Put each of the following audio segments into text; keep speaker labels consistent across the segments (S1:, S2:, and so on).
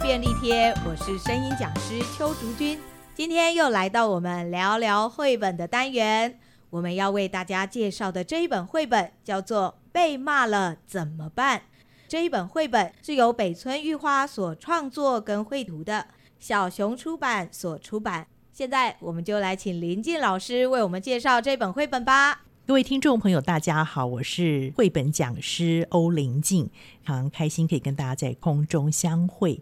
S1: 便利贴，我是声音讲师邱竹君。今天又来到我们聊聊绘本的单元，我们要为大家介绍的这一本绘本叫做《被骂了怎么办》。这一本绘本是由北村玉花所创作跟绘图的，小熊出版所出版。现在我们就来请林静老师为我们介绍这本绘本吧。
S2: 各位听众朋友，大家好，我是绘本讲师欧林静，非常开心可以跟大家在空中相会。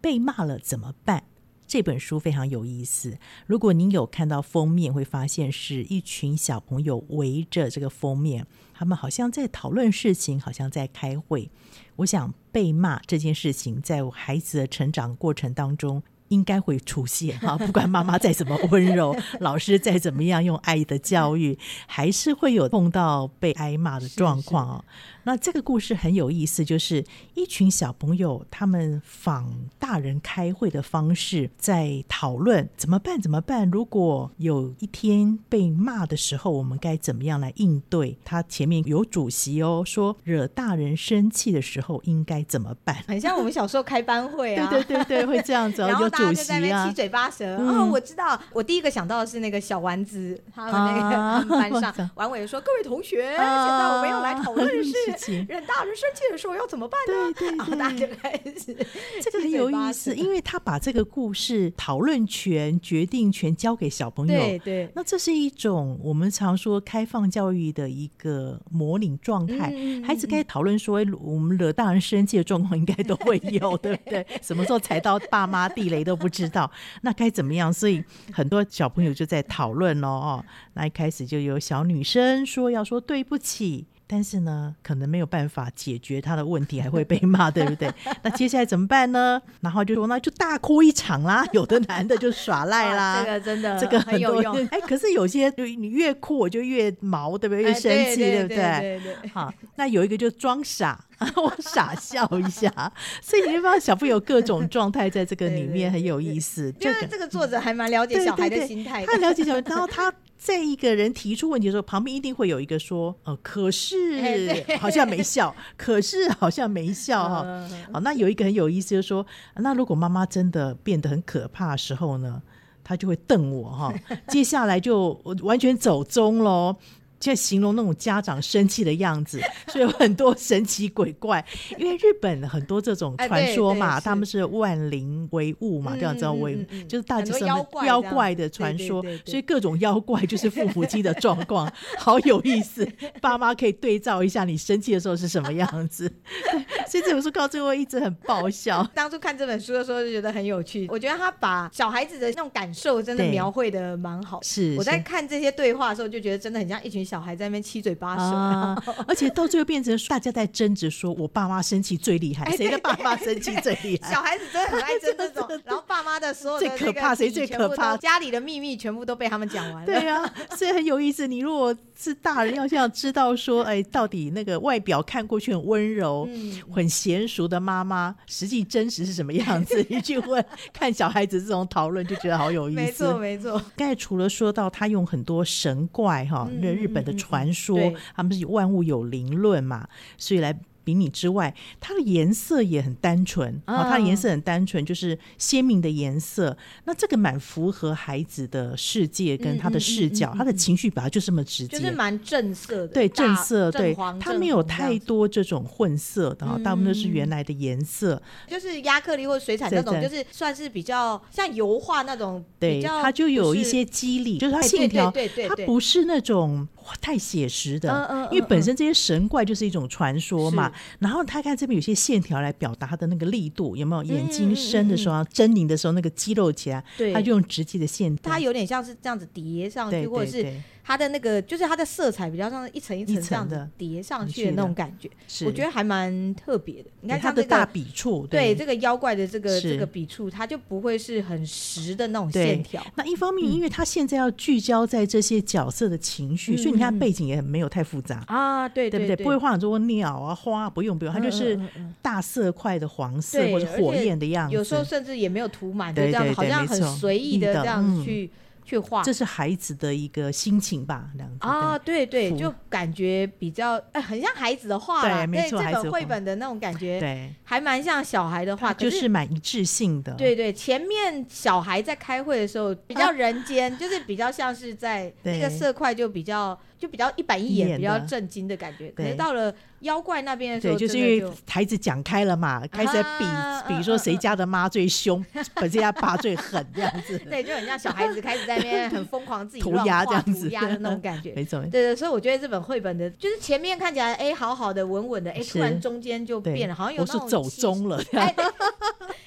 S2: 被骂了怎么办？这本书非常有意思。如果您有看到封面，会发现是一群小朋友围着这个封面，他们好像在讨论事情，好像在开会。我想被骂这件事情，在我孩子的成长过程当中。应该会出现哈、啊， 不管妈妈再怎么温柔，老师再怎么样用爱的教育，还是会有碰到被挨骂的状况哦。那这个故事很有意思，就是一群小朋友他们仿大人开会的方式，在讨论怎么办？怎么办？如果有一天被骂的时候，我们该怎么样来应对？他前面有主席哦，说惹大人生气的时候应该怎么办？
S1: 很像我们小时候开班会啊，
S2: 对对对对，会这样 子、哦，
S1: 然后
S2: 有
S1: 大家
S2: 主
S1: 就在那
S2: 席
S1: 边
S2: 啊
S1: 七，嘴八舌。
S2: 嗯
S1: 哦，我知道，我第一个想到的是那个小丸子，他们那个、
S2: 啊
S1: 他们 班
S2: 这
S1: 上
S2: 样，
S1: 王伟说：“各位同学，
S2: 啊
S1: 现在我们要来讨论 的是
S2: 事情
S1: 忍大人生气的时候要怎么办呢？”
S2: 对对
S1: 然后大家就开始
S2: 这个
S1: 七
S2: 很
S1: 嘴
S2: 有
S1: 八舌
S2: 意思，因为他把这个故事讨论权、决定权交给小朋
S1: 对
S2: 友。
S1: 对。
S2: 那这是一种我们常说开放教育的一个模拟状态，
S1: 嗯嗯嗯
S2: 孩子该讨论说，哎我们惹大人生气的状况应该都会有，对 不对？什么时候踩到爸妈地雷都不知道，那该怎么样？所以很多小朋友就在讨论咯哦。那一开始就有小女生说要说对不起。但是呢，可能没有办法解决她的问题，还会被骂，对不对？ 那接下来怎么办呢？然后就说那就大哭一场啦，有的男的就耍赖啦，
S1: 啊哇这个真的
S2: 这个
S1: 呃很
S2: 很
S1: 有
S2: 多
S1: 用，
S2: 哎，可是有些就你越哭我就越毛，对不对？越
S1: 哎
S2: 生气，
S1: 对
S2: 不
S1: 对？对对
S2: 好，那有一个就装傻， 我傻笑一下，所以你会发现小朋友各种状态在这个里面很有意思。
S1: 对就是
S2: 这个
S1: 这个作者还蛮了解
S2: 对
S1: 小孩
S2: 对
S1: 的
S2: 对
S1: 心态的
S2: 他了解小孩，然后他在一个人提出问题的时候，旁边一定会有一个说，呃，可
S1: 哎
S2: 是
S1: 对
S2: 好像没笑，可是好像没笑哈。
S1: 嗯嗯
S2: 哦好，那有一个很有意思，就是说，那如果妈妈真的变得很可怕的时候呢，她就会瞪我 哈。接下来就我完全走中喽。就形容那种家长生气的样 子，所以有很多神奇鬼怪。因为日本很多这种
S1: 哎
S2: 传
S1: 对
S2: 说
S1: 对
S2: 嘛，他
S1: 是
S2: 们是万灵为物嘛，这样叫
S1: 嗯嗯
S2: 为物
S1: 嗯嗯，嗯
S2: 就是大
S1: 很
S2: 家
S1: 多
S2: 什
S1: 妖
S2: 么
S1: 怪
S2: 妖
S1: 这样
S2: 怪
S1: 子
S2: 的
S1: 对
S2: 传
S1: 对
S2: 说
S1: 对，
S2: 所以各种妖怪就是父母亲的状况， 好有意思。爸妈可以对照一下你生气的时候是什么样子。所以这本书到最后一直很爆笑。
S1: 当初看这本书的时候就觉得很有趣，我觉得他把小孩子的那种感受真的
S2: 对
S1: 描绘的蛮好。
S2: 是
S1: 我在
S2: 是
S1: 看这些对话的时候就觉得真的很像一群小孩在那边七嘴八舌。
S2: 啊，而且到最后变成说大家在争执，说我爸妈生气最厉
S1: 哎
S2: 害，谁的爸妈生气最 厉 害？
S1: 小孩子真的很爱争这种， 然后爸妈的所有的
S2: 最可怕
S1: 那个
S2: 谁
S1: 秘
S2: 最
S1: 密全部
S2: 可怕
S1: 都家里的秘密全部都被他们讲完了。
S2: 对呀、所以很有意思。你如果是大人，要想知道说，哎，到底那个外表看过去很温柔、
S1: 嗯
S2: 很娴熟的妈妈，实际真实是什么样子？ 你去问，看小孩子这种讨论，就觉得好有意思。
S1: 没错没错，
S2: 刚才除了说到他用很多神怪哈，
S1: 嗯
S2: 那、
S1: 嗯
S2: 日本的
S1: 嗯嗯
S2: 传说，
S1: 对
S2: 他们是万物有灵论嘛，所以来比拟之外，它的颜色也很单纯啊，它的颜色很单纯，就是鲜明的颜色。那这个蛮符合孩子的世界跟他的视角，
S1: 嗯嗯嗯嗯嗯
S2: 他的情绪表达就这么直接。
S1: 就是蛮正色的，
S2: 对
S1: 大
S2: 正色，对
S1: 正黄，
S2: 它
S1: 正
S2: 没有
S1: 红这样
S2: 太
S1: 子嗯
S2: 多这种混色的哦哈，大部分都是原来的颜色。
S1: 就是亚克力或水彩那种，
S2: 对
S1: 就
S2: 对
S1: 是算是比较像油画那种，比
S2: 对，
S1: 较
S2: 它就有
S1: 不
S2: 一
S1: 是
S2: 些肌理，就是它
S1: 哎对
S2: 线条，
S1: 对对对
S2: 它
S1: 对
S2: 不是那种哇太写实的，
S1: 嗯嗯
S2: 因为本
S1: 嗯
S2: 身这些神怪就是一种传说嘛
S1: 是。
S2: 然后他看这边有些线条来表达它的那个力度，有没有？眼
S1: 嗯嗯
S2: 睛伸的时候，啊狰狞的时候，那个肌肉起来，
S1: 对
S2: 他就用直接的线条，
S1: 它有点像是这样子叠上
S2: 对
S1: 去，或者
S2: 对
S1: 是
S2: 对，
S1: 它的那个，就是它的色彩比较像一层一层
S2: 一层
S1: 这样子
S2: 的
S1: 叠上去
S2: 上
S1: 的
S2: 去
S1: 那种
S2: 的
S1: 感觉，
S2: 是
S1: 我觉得还蛮特别的。你看
S2: 对它
S1: 像
S2: 的
S1: 这
S2: 大
S1: 个，
S2: 笔触，
S1: 对这个妖怪的这个这
S2: 是
S1: 个笔触，它就不会是很实的那种
S2: 对
S1: 线条。
S2: 那一方
S1: 嗯
S2: 面，因为他现在要聚焦在这些角色的情绪，所以你
S1: 嗯
S2: 看
S1: 嗯
S2: 背景也很没有太复杂。
S1: 啊，对
S2: 对不
S1: 对
S2: 对？不会画很多鸟啊、花啊，不用不用，它就
S1: 嗯
S2: 是
S1: 嗯嗯嗯
S2: 大色块的黄色
S1: 对
S2: 或者
S1: 而
S2: 火
S1: 且
S2: 焰的样子。
S1: 有时候甚至也没有涂满，就
S2: 对
S1: 这样
S2: 对
S1: 好
S2: 对
S1: 像
S2: 没
S1: 很
S2: 错
S1: 随意的
S2: 硬的
S1: 这样
S2: 嗯
S1: 去。去画
S2: 这是孩子的一个心情吧，这样子
S1: 啊，对对，
S2: 符
S1: 就感觉比较哎，很像孩子的画啦，
S2: 对没错
S1: 这
S2: 孩子
S1: 本
S2: 的
S1: 绘
S2: 画
S1: 本的那种感
S2: 对
S1: 觉，
S2: 对，
S1: 还蛮像小孩的画，可
S2: 就是蛮一致性的，
S1: 对对，前面小孩在开会的时候比较人间，就是比较像是 在那个
S2: 对
S1: 色块就比较就比较一板一
S2: 一
S1: 眼，
S2: 眼
S1: 比较
S2: 的
S1: 震惊的感觉。可
S2: 对
S1: 是到了妖怪那边的时
S2: 对，
S1: 候，
S2: 就是
S1: 真
S2: 因
S1: 的
S2: 为孩子讲开了嘛，开始在比
S1: 啊，
S2: 比如说
S1: 嗯
S2: 谁
S1: 嗯。
S2: 家的妈最凶， 本谁家爸最狠这样子
S1: 对，就很像小孩子开始在那边很疯狂自己
S2: 涂
S1: 乱
S2: 鸦
S1: 画
S2: 这样
S1: 涂
S2: 子
S1: 鸦的那 种感觉。
S2: 没错，
S1: 对对，所以我觉得这本绘本的，就是前面看起来哎好好的稳稳的，哎突
S2: 是
S1: 然中间就
S2: 对
S1: 变了，好像有
S2: 我
S1: 那
S2: 是
S1: 种
S2: 走
S1: 起
S2: 中了，
S1: 哎，对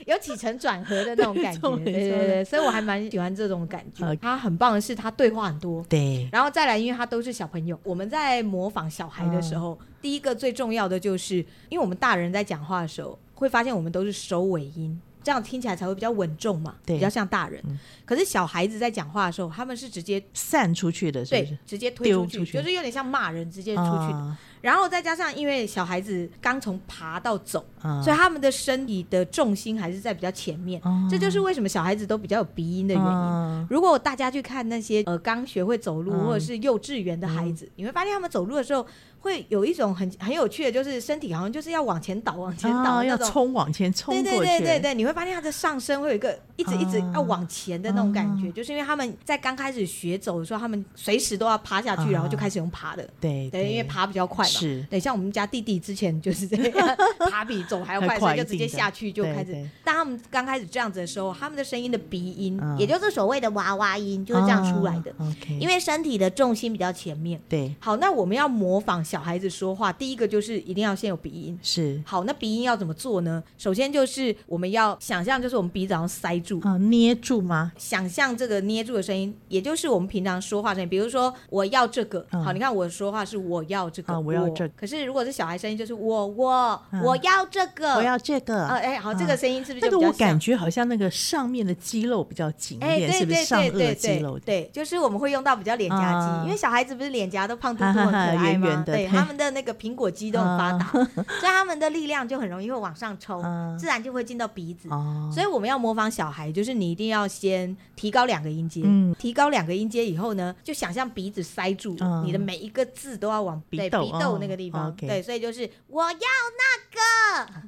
S1: 有起承转合 的那种感觉，
S2: 对
S1: 对
S2: 没错
S1: 对
S2: 没错
S1: 对，所以我还蛮喜欢这种感觉
S2: 好。
S1: 他很棒的是，他 对话很多，
S2: 对，
S1: 然后再来，因为他都是小朋友，我们在模仿小孩的
S2: 嗯
S1: 时候，第一个最重要的就是，因为我们大人在讲话的时候，会发现我们都是收尾音，这样听起来才会比较稳重嘛，
S2: 对嗯
S1: 比较像大人。可是小孩子在讲话的时候，他们是直接
S2: 散出去的，是不
S1: 对
S2: 是？
S1: 直接推出
S2: 丢
S1: 去，
S2: 出去
S1: 就是有点像骂人直接出去的。
S2: 啊
S1: 然后再加上，因为小孩子刚从爬到走，
S2: 啊
S1: 所以他们的身体的重心还是在比较前面，
S2: 啊
S1: 这就是为什么小孩子都比较有鼻音的原因。
S2: 啊
S1: 如果大家去看那些呃刚学会走路
S2: 嗯
S1: 或者是幼稚园的孩子，你会发现他们走路的时候会有一种很很有趣的，就是身体好像就是要往前倒，往前倒、
S2: 啊
S1: 那
S2: 要
S1: 种。
S2: 冲往前冲
S1: 对
S2: 过去，
S1: 对对对对，你会发现他的上身会有一个一直一直
S2: 啊
S1: 要往前的那种感觉，
S2: 啊
S1: 就是因为他们在刚开始学走的时候，他们随时都要趴下去，
S2: 啊
S1: 然后就开始用爬的，
S2: 对
S1: 对，因为爬比较快嘛。
S2: 是
S1: 对，像我们家弟弟之前就是这 样，爬比走还要快，
S2: 还
S1: 所
S2: 快
S1: 以就直接
S2: 一定的
S1: 下去就
S2: 对
S1: 开始
S2: 对。
S1: 当他们刚开始这样子的时候，他们的声音的鼻音，
S2: 嗯
S1: 也就是所谓的娃娃音，就是这样出来的。
S2: 啊 OK，
S1: 因
S2: 为
S1: 为身体的重心比较前面。
S2: 对
S1: 好，那我们要模仿小孩子说话，第一个就是一定要先有鼻音。
S2: 是
S1: 好，那鼻音要怎么做呢？首先就是我们要想象，就是我们鼻子好像塞住，
S2: 啊，捏住吗？
S1: 想象这个捏住的声音，也就是我们平常说话声音。比如说，我要这个，
S2: 嗯
S1: 好，你看我说话是我要这个，
S2: 啊我要这个
S1: 可是如果是小孩声音，就是我我、
S2: 嗯
S1: 我要这个，
S2: 我要这
S1: 啊，
S2: 个。
S1: 哎、好，这个声音是不是
S2: 但是
S1: 就比
S2: 我
S1: 较像？
S2: 感觉好像那个上面的肌肉比较紧一
S1: 哎，
S2: 点，
S1: 对
S2: 是不是
S1: 对
S2: 上
S1: 对
S2: 颚
S1: 对
S2: 肌肉
S1: 对？对，就是我们会用到比较脸颊肌，
S2: 啊
S1: 因为小孩子不是脸颊都胖嘟嘟
S2: 哈哈
S1: 很可
S2: 哈
S1: 爱
S2: 圆
S1: 吗？
S2: 圆的
S1: 对，
S2: 对嗯
S1: 他们的那个苹果肌都很发达，所以他们的力量就很容易会往上抽，
S2: 啊
S1: 自然就会进到鼻子。
S2: 哦，
S1: 所以我们要模仿小孩，就是你一定要先提高两个音阶，
S2: 嗯
S1: 提高两个音阶以后呢，就想象鼻子塞住，
S2: 嗯
S1: 你的每一个字都要往
S2: 鼻
S1: 对
S2: 窦
S1: 鼻窦
S2: 哦
S1: 那个地方，
S2: ，OK
S1: 对，所以就是我要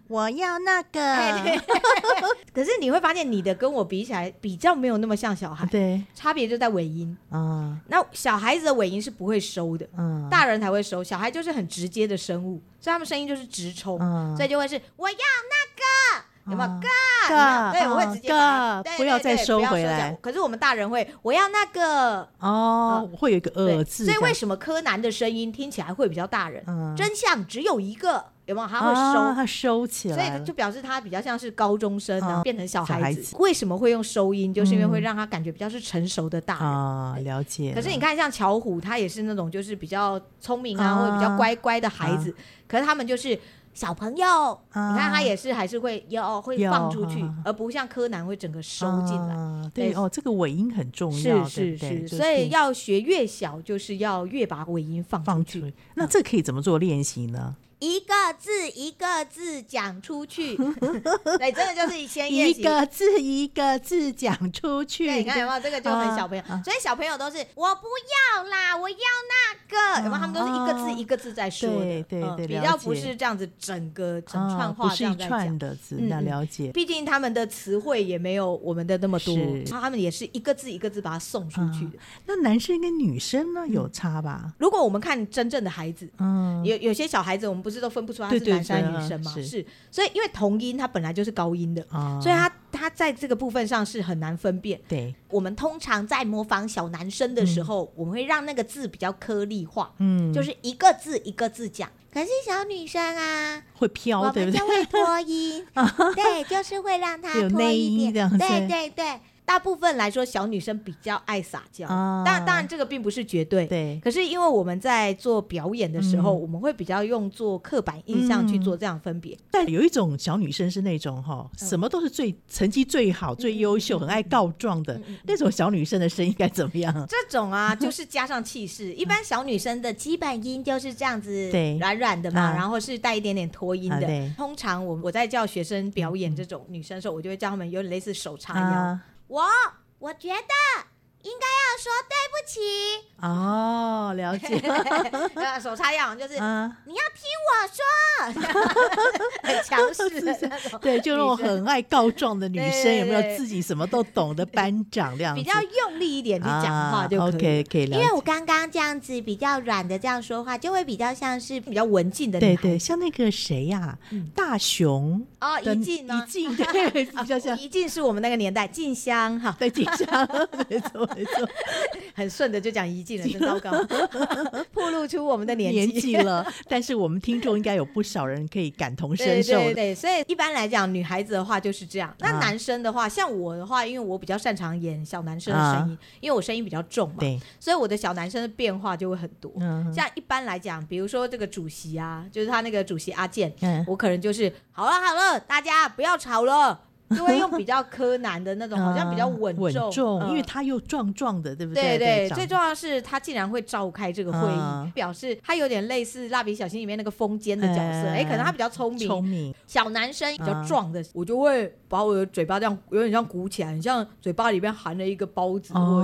S2: 我要那
S1: 哎
S2: 个，
S1: 可是你会发现你的跟我比起来，比较没有那么像小孩，
S2: 哦对
S1: 差别就在尾音。
S2: 啊
S1: 那小孩子的尾音是不会收的，
S2: 嗯，
S1: 大人才会收。小孩就是很直接的生物，所以他们声音就是直冲，
S2: 嗯
S1: 所以就会是我要那个，有没有？
S2: 啊
S1: 哥
S2: 个
S1: 对，我会
S2: 啊
S1: 直接把它
S2: 个
S1: 对
S2: 不要
S1: 对对
S2: 再收
S1: 不要
S2: 回
S1: 讲
S2: 来
S1: 可是我们大人会，我要那个，
S2: 哦，会有一个
S1: 对
S2: 呃字这
S1: 所
S2: 样，
S1: 以为什么柯南的声音听起来会比较大人？
S2: 嗯
S1: 真相只有一个，有没有？他会收。
S2: 啊它收起
S1: 所
S2: 来
S1: 以
S2: 了，
S1: 就表示他比较像是高中生啊，
S2: 嗯
S1: 变成小孩子。
S2: 小孩子
S1: 为什么会用收音？就是因为会
S2: 嗯
S1: 让他感觉比较是成熟的大人。
S2: 啊，了解。
S1: 可是你看，像巧虎，他也是那种就是比较聪明啊，
S2: 啊
S1: 或者比较乖乖的孩子。可是他们就是小朋友，
S2: 啊
S1: 你看他也是还是会有会
S2: 有
S1: 放出去，
S2: 啊
S1: 而不像柯南会整个收进来。
S2: 啊
S1: 对
S2: 对哦，这个尾音很重
S1: 是
S2: 要，
S1: 是
S2: 对不对
S1: 是，
S2: 就是
S1: 所以要学越小，就是要越把尾音放 出
S2: 放
S1: 去
S2: 出。。那这可以怎么做练习呢？
S1: 一个字一个字讲出 去，对，真的就是先练
S2: 一
S1: 习
S2: 个字一个字讲出 去。
S1: 对，你看有没有这个就很小朋友，
S2: 啊啊
S1: 所以小朋友都是我不要啦，我要那个，有没有？他们都是一个字
S2: 啊
S1: 一个字在说的，
S2: 对对
S1: 嗯
S2: 对
S1: 比
S2: 了
S1: 较不
S2: 解
S1: 是这样子整个整
S2: 啊
S1: 串
S2: 不
S1: 话
S2: 是
S1: 这
S2: 一
S1: 样在
S2: 串
S1: 讲。
S2: 的字，
S1: 嗯
S2: 那
S1: 嗯
S2: 了解。
S1: 毕竟他们的词汇也没有我们的那么多，
S2: 是啊
S1: 他们也是一个字一个字把它送出去的。
S2: 那男生跟女生呢有差吧？
S1: 如果我们看真正的孩子，
S2: 嗯，
S1: 有有些小孩子我们不是都分不出他是
S2: 对对
S1: 男生还
S2: 对
S1: 是
S2: 啊
S1: 女生吗？
S2: 是
S1: 是，所以因为同音它本来就是高音的，
S2: 啊
S1: 所以他他在这个部分上是很难分辨。
S2: 哦对，
S1: 我们通常在模仿小男生的时候，我们会让那个字比较颗粒化，
S2: 嗯，
S1: 就是一个字一个字讲。可是小女生啊，
S2: 会飘，哦对不对？
S1: 会脱 音，对，就是会让她
S2: 有内衣这样子
S1: 对对。大部分来说，小女生比较爱撒娇，
S2: 啊
S1: 但当然这个并不是绝对。
S2: 对，
S1: 可是因为我们在做表演的时候，
S2: 嗯
S1: 我们会比较用做刻板印象去
S2: 嗯
S1: 做这样分别。
S2: 但有一种小女生是那种哈，什么都是最成绩最好、最优秀、很爱告状的那种小女生的声音该怎么 样？
S1: 这种 啊，就是加上气势。一般小女生的基本音就是这样子，
S2: 对
S1: 软软的嘛，
S2: 啊
S1: 然后是带一点点拖音
S2: 啊
S1: 的。
S2: 对嗯
S1: 通常我我在教学生表演这种女生的时候，我就会教他们有点类似手叉腰。
S2: 啊
S1: 我我觉得
S3: 要说对不起。
S2: 哦，了解
S1: 对啊手叉腰好像就是
S2: 啊，
S3: 你要听我说，很强势的 那种，
S2: 对，就那种
S3: 女生
S2: 很爱告状的女
S1: 对
S2: 生，
S1: 对
S2: 有没有
S1: 对
S2: 自己什么都懂的班长这样
S1: 比
S2: 子？
S1: 较用力一点去讲话
S2: 啊
S1: 就可以。
S2: OK，可以了
S3: 因为我
S2: 解。
S3: 刚刚这样子比较软的这样说话，就会比较像是
S1: 比较文静的女
S2: 对
S1: 孩
S2: 对，像那个谁呀
S1: 嗯，
S2: 大雄
S1: 哦，
S2: 的
S1: 怡静吗
S2: 一？静对，比较像
S1: 怡静是我们那个年代静香 哈，
S2: 对静香，没错没错，
S1: 很顺的就讲怡静了，真糟糕， 暴露出我们的年
S2: 年
S1: 纪。
S2: 纪了，但是我们听众应该有不少人可以感同
S1: 对
S2: 身受
S1: 对
S2: 的。
S1: 对，所以一般来讲，女孩子的话就是这样。那
S2: 啊
S1: 男生的话，像我的话，因为我比较擅长演小男生的声音，因为我声音比较重嘛，
S2: 对，
S1: 所以我的小男生的变化就会很多。
S2: 嗯
S1: 像一般来讲，比如说这个主席啊，就是他那个主席阿健，
S2: 嗯
S1: 我可能就是好了好了，大家不要吵了，就会用比较柯南的那 种，好像比较
S2: 嗯
S1: 啊稳
S2: 稳重，
S1: 嗯
S2: 因为他又壮壮的，对不
S1: 对
S2: 对，
S1: 最重
S2: 壮
S1: 要的是他竟然会召开这个会议，
S2: 嗯
S1: 表示他有点类似《蜡笔小新》里面那个风间的角色。哎、
S2: 哎
S1: 可能他比较聪明，
S2: 聪明，
S1: 小男生比较
S2: 嗯
S1: 壮的，我就会把我的嘴巴这样有点像鼓起来，很像嘴巴里面含了一个包子，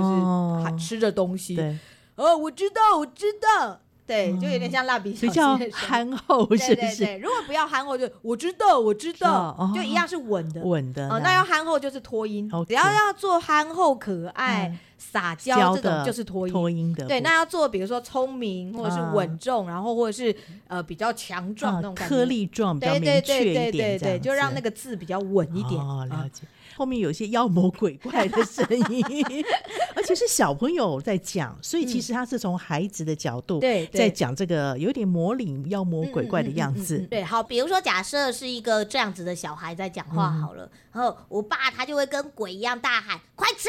S1: 或者
S2: 哦
S1: 是含吃着东西。
S2: 对，
S1: 哦，我知道，我知道，对，就有点像蜡笔小
S2: 嗯比
S1: 新
S2: 较
S1: 的声音。
S2: 憨厚，是
S1: 对
S2: 不
S1: 对
S2: 是？
S1: 对，如果不要憨厚就我知道我知
S2: 知道
S1: 道，
S2: 哦
S1: 就一样是稳的。
S2: 稳的
S1: 哦，
S2: 啦，
S1: 那要憨厚就是拖音，
S2: OK
S1: 只要要做憨厚、可爱
S2: 嗯、
S1: 撒
S2: 教
S1: 娇这种
S2: 的
S1: 就是拖音。
S2: 脱音的部分，嗯
S1: 对，那要做比如说聪明或者是稳重，然后或者是呃比较强壮那
S2: 啊
S1: 种感觉，
S2: 颗粒状比较
S1: 对
S2: 明
S1: 对
S2: 确
S1: 对对对
S2: 一点，这样
S1: 对，
S2: 子
S1: 就让那个字比较稳一点。
S2: 哦，了
S1: 啊
S2: 解。后面有一些妖魔鬼怪的声音，而且是小朋友在讲，所以其实他是从孩子的角度
S1: 对对
S2: 在讲这个有点模拟妖魔鬼怪的
S1: 嗯
S2: 样
S1: 嗯嗯嗯
S2: 子
S1: 嗯。
S3: 对，好，比如说假设是一个这样子的小孩在讲话
S2: 嗯
S3: 好了，然后我爸他就会跟鬼一样大喊“快吃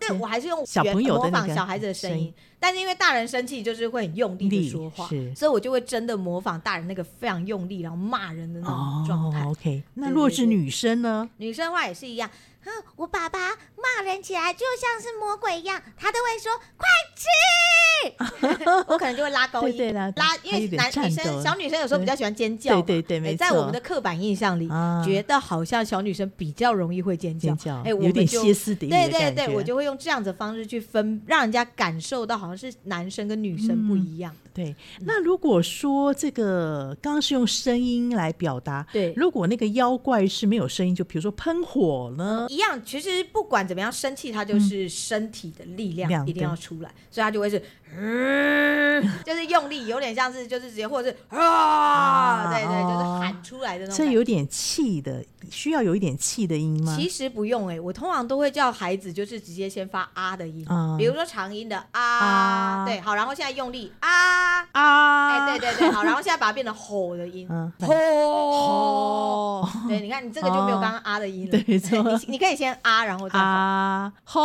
S1: 对我还是用
S2: 啊小
S1: 原
S2: 朋友的
S1: 模
S2: 那
S1: 仿
S2: 个
S1: 小孩子的声
S2: 声
S1: 音
S2: 音，
S1: 但是因为大人生气就是会很用力的
S2: 力
S1: 说话，
S2: 是
S1: 所以我就会真的模仿大人那个非常用力然后骂人的那种状态。
S2: 哦，OK。那
S1: 对
S2: 若
S1: 对
S2: 是
S1: 对
S2: 女生呢？
S1: 女生的话也是一样，”，
S3: 哼，我爸爸骂人起来就像是魔鬼一样，他都会说“快吃
S1: 我可能就会拉高
S2: 对
S1: 音，
S2: 对啦
S1: 拉，
S2: 还
S1: 因
S2: 有
S1: 为
S2: 点
S1: 男女
S2: 颤抖
S1: 生小女生有时候比较喜欢尖叫嘛，
S2: 对对对没
S1: 哎在我们
S2: 错
S1: 的刻板印象里，
S2: 啊
S1: 觉得好像小女生比较容易会尖叫
S2: 尖，叫，
S1: 哎我
S2: 有
S1: 们
S2: 点
S1: 就
S2: 歇斯底里
S1: 对
S2: 的
S1: 对
S2: 感
S1: 对，
S2: 觉。
S1: 我就会用这样子的方式去分，让人家感受到好像是男生跟女生
S2: 嗯
S1: 不一样。
S2: 对。那如果说这个刚刚是用声音来表达，
S1: 对，
S2: 如果那个妖怪是没有声音，就比如说喷火呢？
S1: 一样。其实不管怎么样，生气它就是身体的力量
S2: 嗯量
S1: 一定要出来，所以它就会是，嗯 就是用力，有点像是就是直接或者是啊，
S2: 啊
S1: 对对，就是
S2: 哦
S1: 喊出来的那种
S2: 这
S1: 感觉。
S2: 有点气的，需要有一点气的音吗？
S1: 其实不用哎、我通常都会叫孩子就是直接先发啊的音，
S2: 啊
S1: 比如说长音的啊，
S2: 啊
S1: 对，好，然后现在用力啊，哎、
S2: 啊
S1: 对对对，好，然后现在把它变成吼的音，
S2: 嗯
S1: 吼、
S2: 吼
S1: 对，你看你这个就没有刚刚啊的音了，
S2: 对没错
S1: 你你可以先啊，然后再吼。
S2: 啊吼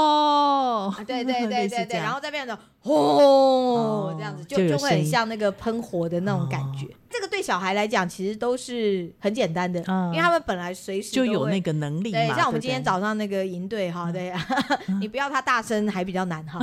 S1: 啊，对 对对
S2: 类似
S1: 对
S2: 这
S1: 对，
S2: 样哦
S1: 然后再变成吼这样子，就
S2: 就有
S1: 就会
S2: 声
S1: 很
S2: 音哦
S1: 像那个喷火的那种感觉。这个对小孩来讲，其实都是很简单的，
S2: 嗯
S1: 因为他们本来随时
S2: 就
S1: 都
S2: 有
S1: 会
S2: 那个能力嘛。
S1: 对，像我们
S2: 对不
S1: 今天
S2: 对嗯
S1: 早上那个营队哈，对， 你不要他大声还比较难哈。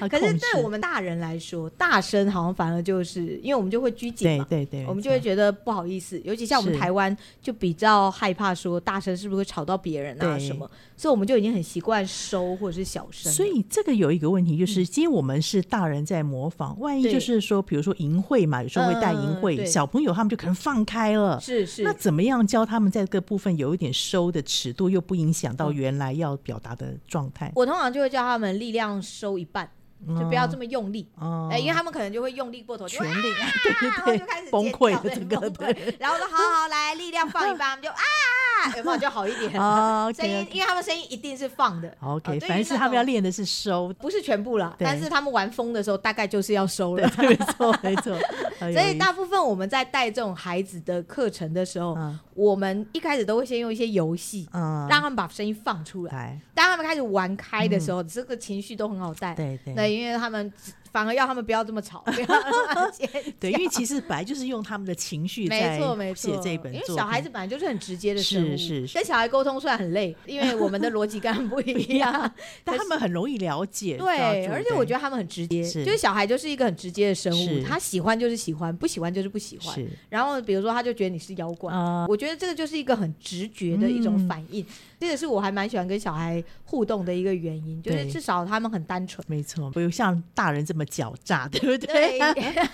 S2: 啊
S1: 可是
S2: 嗯
S1: 对
S2: 控制
S1: 我们大人来说，大声好像反而就是因为我们就会拘谨
S2: 对
S1: 嘛，
S2: 对对，
S1: 我们
S2: 没
S1: 就会
S2: 错
S1: 觉得不好意思。尤其像我们
S2: 是
S1: 台湾就比较害怕说大声是不是会吵到别人啊
S2: 对
S1: 什么，所以我们就已经很习惯收或者是小声了。
S2: 所以这个有一个问题，就是今天我们是大人在模仿，万一
S1: 对
S2: 就是说，比如说淫秽嘛，有时候会
S1: 嗯
S2: 带淫
S1: 嗯嗯对
S2: 秽，小朋友他们就可能放开了。
S1: 是是
S2: 那怎么样教他们在这个部分有一点收的尺度，又不影响到
S1: 嗯
S2: 原来要表达的状态？
S1: 我通常就会叫他们力量收一半，就不要这么用力。
S2: 哦
S1: 哎，因为他们可能就会用力过头，就
S2: 权
S1: 会啊，
S2: 力，
S1: 然后
S2: 对
S1: 就开始
S2: 崩
S1: 尖
S2: 溃
S1: 叫
S2: 的
S1: 对
S2: 整个
S1: 崩溃。然后说好好来，力量放一半，他们就啊，有没有就好一点？
S2: 对，啊
S1: 声音
S2: ，OK，OK，
S1: 因为他们声音一定是放的，啊对
S2: OK，
S1: 于
S2: 凡是
S1: 那
S2: 他们要
S1: 种
S2: 练的是收，
S1: 不是全部啦，
S2: 对
S1: 但是他们玩疯的时候大概就是要收
S2: 对
S1: 了。，
S2: 没错没 错。哎
S1: 所
S2: 有
S1: 以
S2: 意
S1: 大部分我们在带这种孩子的课程的时候，
S2: 嗯
S1: 我们一开始都会先用一些游戏，
S2: 嗯，
S1: 让他们把声音放出来。
S2: 来，
S1: 当他们开始玩开的时候，这个情绪都很好带。
S2: 嗯对
S1: 那
S2: 对，
S1: 因为他们反而要他们不要这么 吵，不要让他尖叫
S2: 对，因为其实本来就是用他们的情绪在
S1: 没错没错，
S2: 写这本
S1: 因为
S2: 作
S1: 小孩
S2: 品
S1: 子本来就是很直接的生物，
S2: 是是是
S1: 跟小孩沟通虽然很累，因为我们的逻辑感不一 样。
S2: 但他们很容易了解，
S1: 对，而且我觉得
S2: 得
S1: 他们很直接，
S2: 是
S1: 就是小孩就是一个很直接的生物，
S2: 是
S1: 他喜欢就是喜欢，不喜欢就是不喜欢。
S2: 是
S1: 然后比如说他就觉得你是妖怪，
S2: 啊嗯
S1: 我觉得这个就是一个很直觉的一种反应，这也是我还蛮喜欢跟小孩互动的一个原因，就是
S2: 对
S1: 至少他们很单 纯。
S2: 没错，不用像大人这么狡诈，对不对？
S1: 对，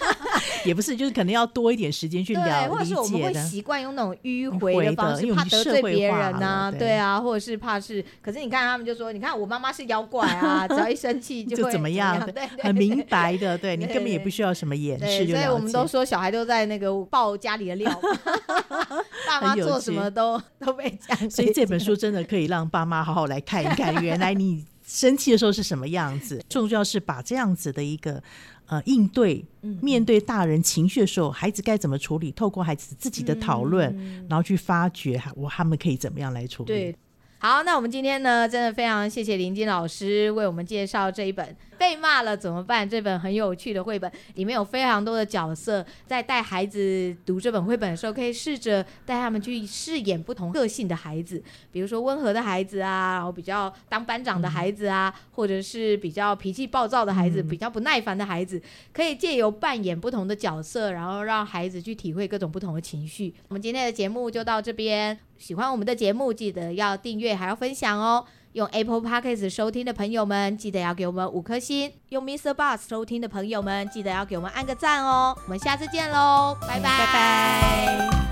S2: 也不是，就是可能要多一点时间去
S1: 对，
S2: 了
S1: 或者
S2: 理
S1: 是我们
S2: 解
S1: 会
S2: 的。
S1: 习惯用那种迂
S2: 迂
S1: 回
S2: 回
S1: 的
S2: 的
S1: 方式
S2: 因，为我
S1: 怕
S2: 们
S1: 得
S2: 社
S1: 罪
S2: 会
S1: 别
S2: 化
S1: 人呐、
S2: 了对
S1: 对啊，或者是怕是，可是你看他们就说，你看我妈妈是妖怪 啊，只要一生气
S2: 就
S1: 会
S2: 怎么样
S1: 对对
S2: 很明白的，对你
S1: 对
S2: 根本也不需要什么掩
S1: 对，
S2: 饰，就
S1: 所以
S2: 了
S1: 我们
S2: 解
S1: 都说小孩都在那个爆家里的 料，爸妈
S2: 很有
S1: 做什
S2: 趣
S1: 么都都被 讲。
S2: 所以这本书真的可以让爸妈好好来看一看，原来你生气的时候是什么样子。重要是把这样子的一个呃应对，面对大人情绪的时候，孩子该怎么处理，透过孩子自己的讨论，然后去发掘我他们可以怎么样来处理。
S1: 对，好，那我们今天呢，真的非常谢谢林金老师为我们介绍这一本《被骂了怎么办》这本很有趣的绘本，里面有非常多的角色，在带孩子读这本绘本的时候，可以试着带他们去饰演不同个性的孩子，比如说温和的孩子啊，然后比较当班长的孩子啊，或者是比较脾气暴躁的孩子，比较不耐烦的孩子，可以借由扮演不同的角色，然后让孩子去体会各种不同的情绪。我们今天的节目就到这边，喜欢我们的节目，记得要订阅，还要分享哦。用 Apple Podcast 收听的朋友们，记得要给我们五颗星；用 Mr. Bus 收听的朋友们，记得要给我们按个赞哦。我们下次见喽，拜拜
S2: 拜拜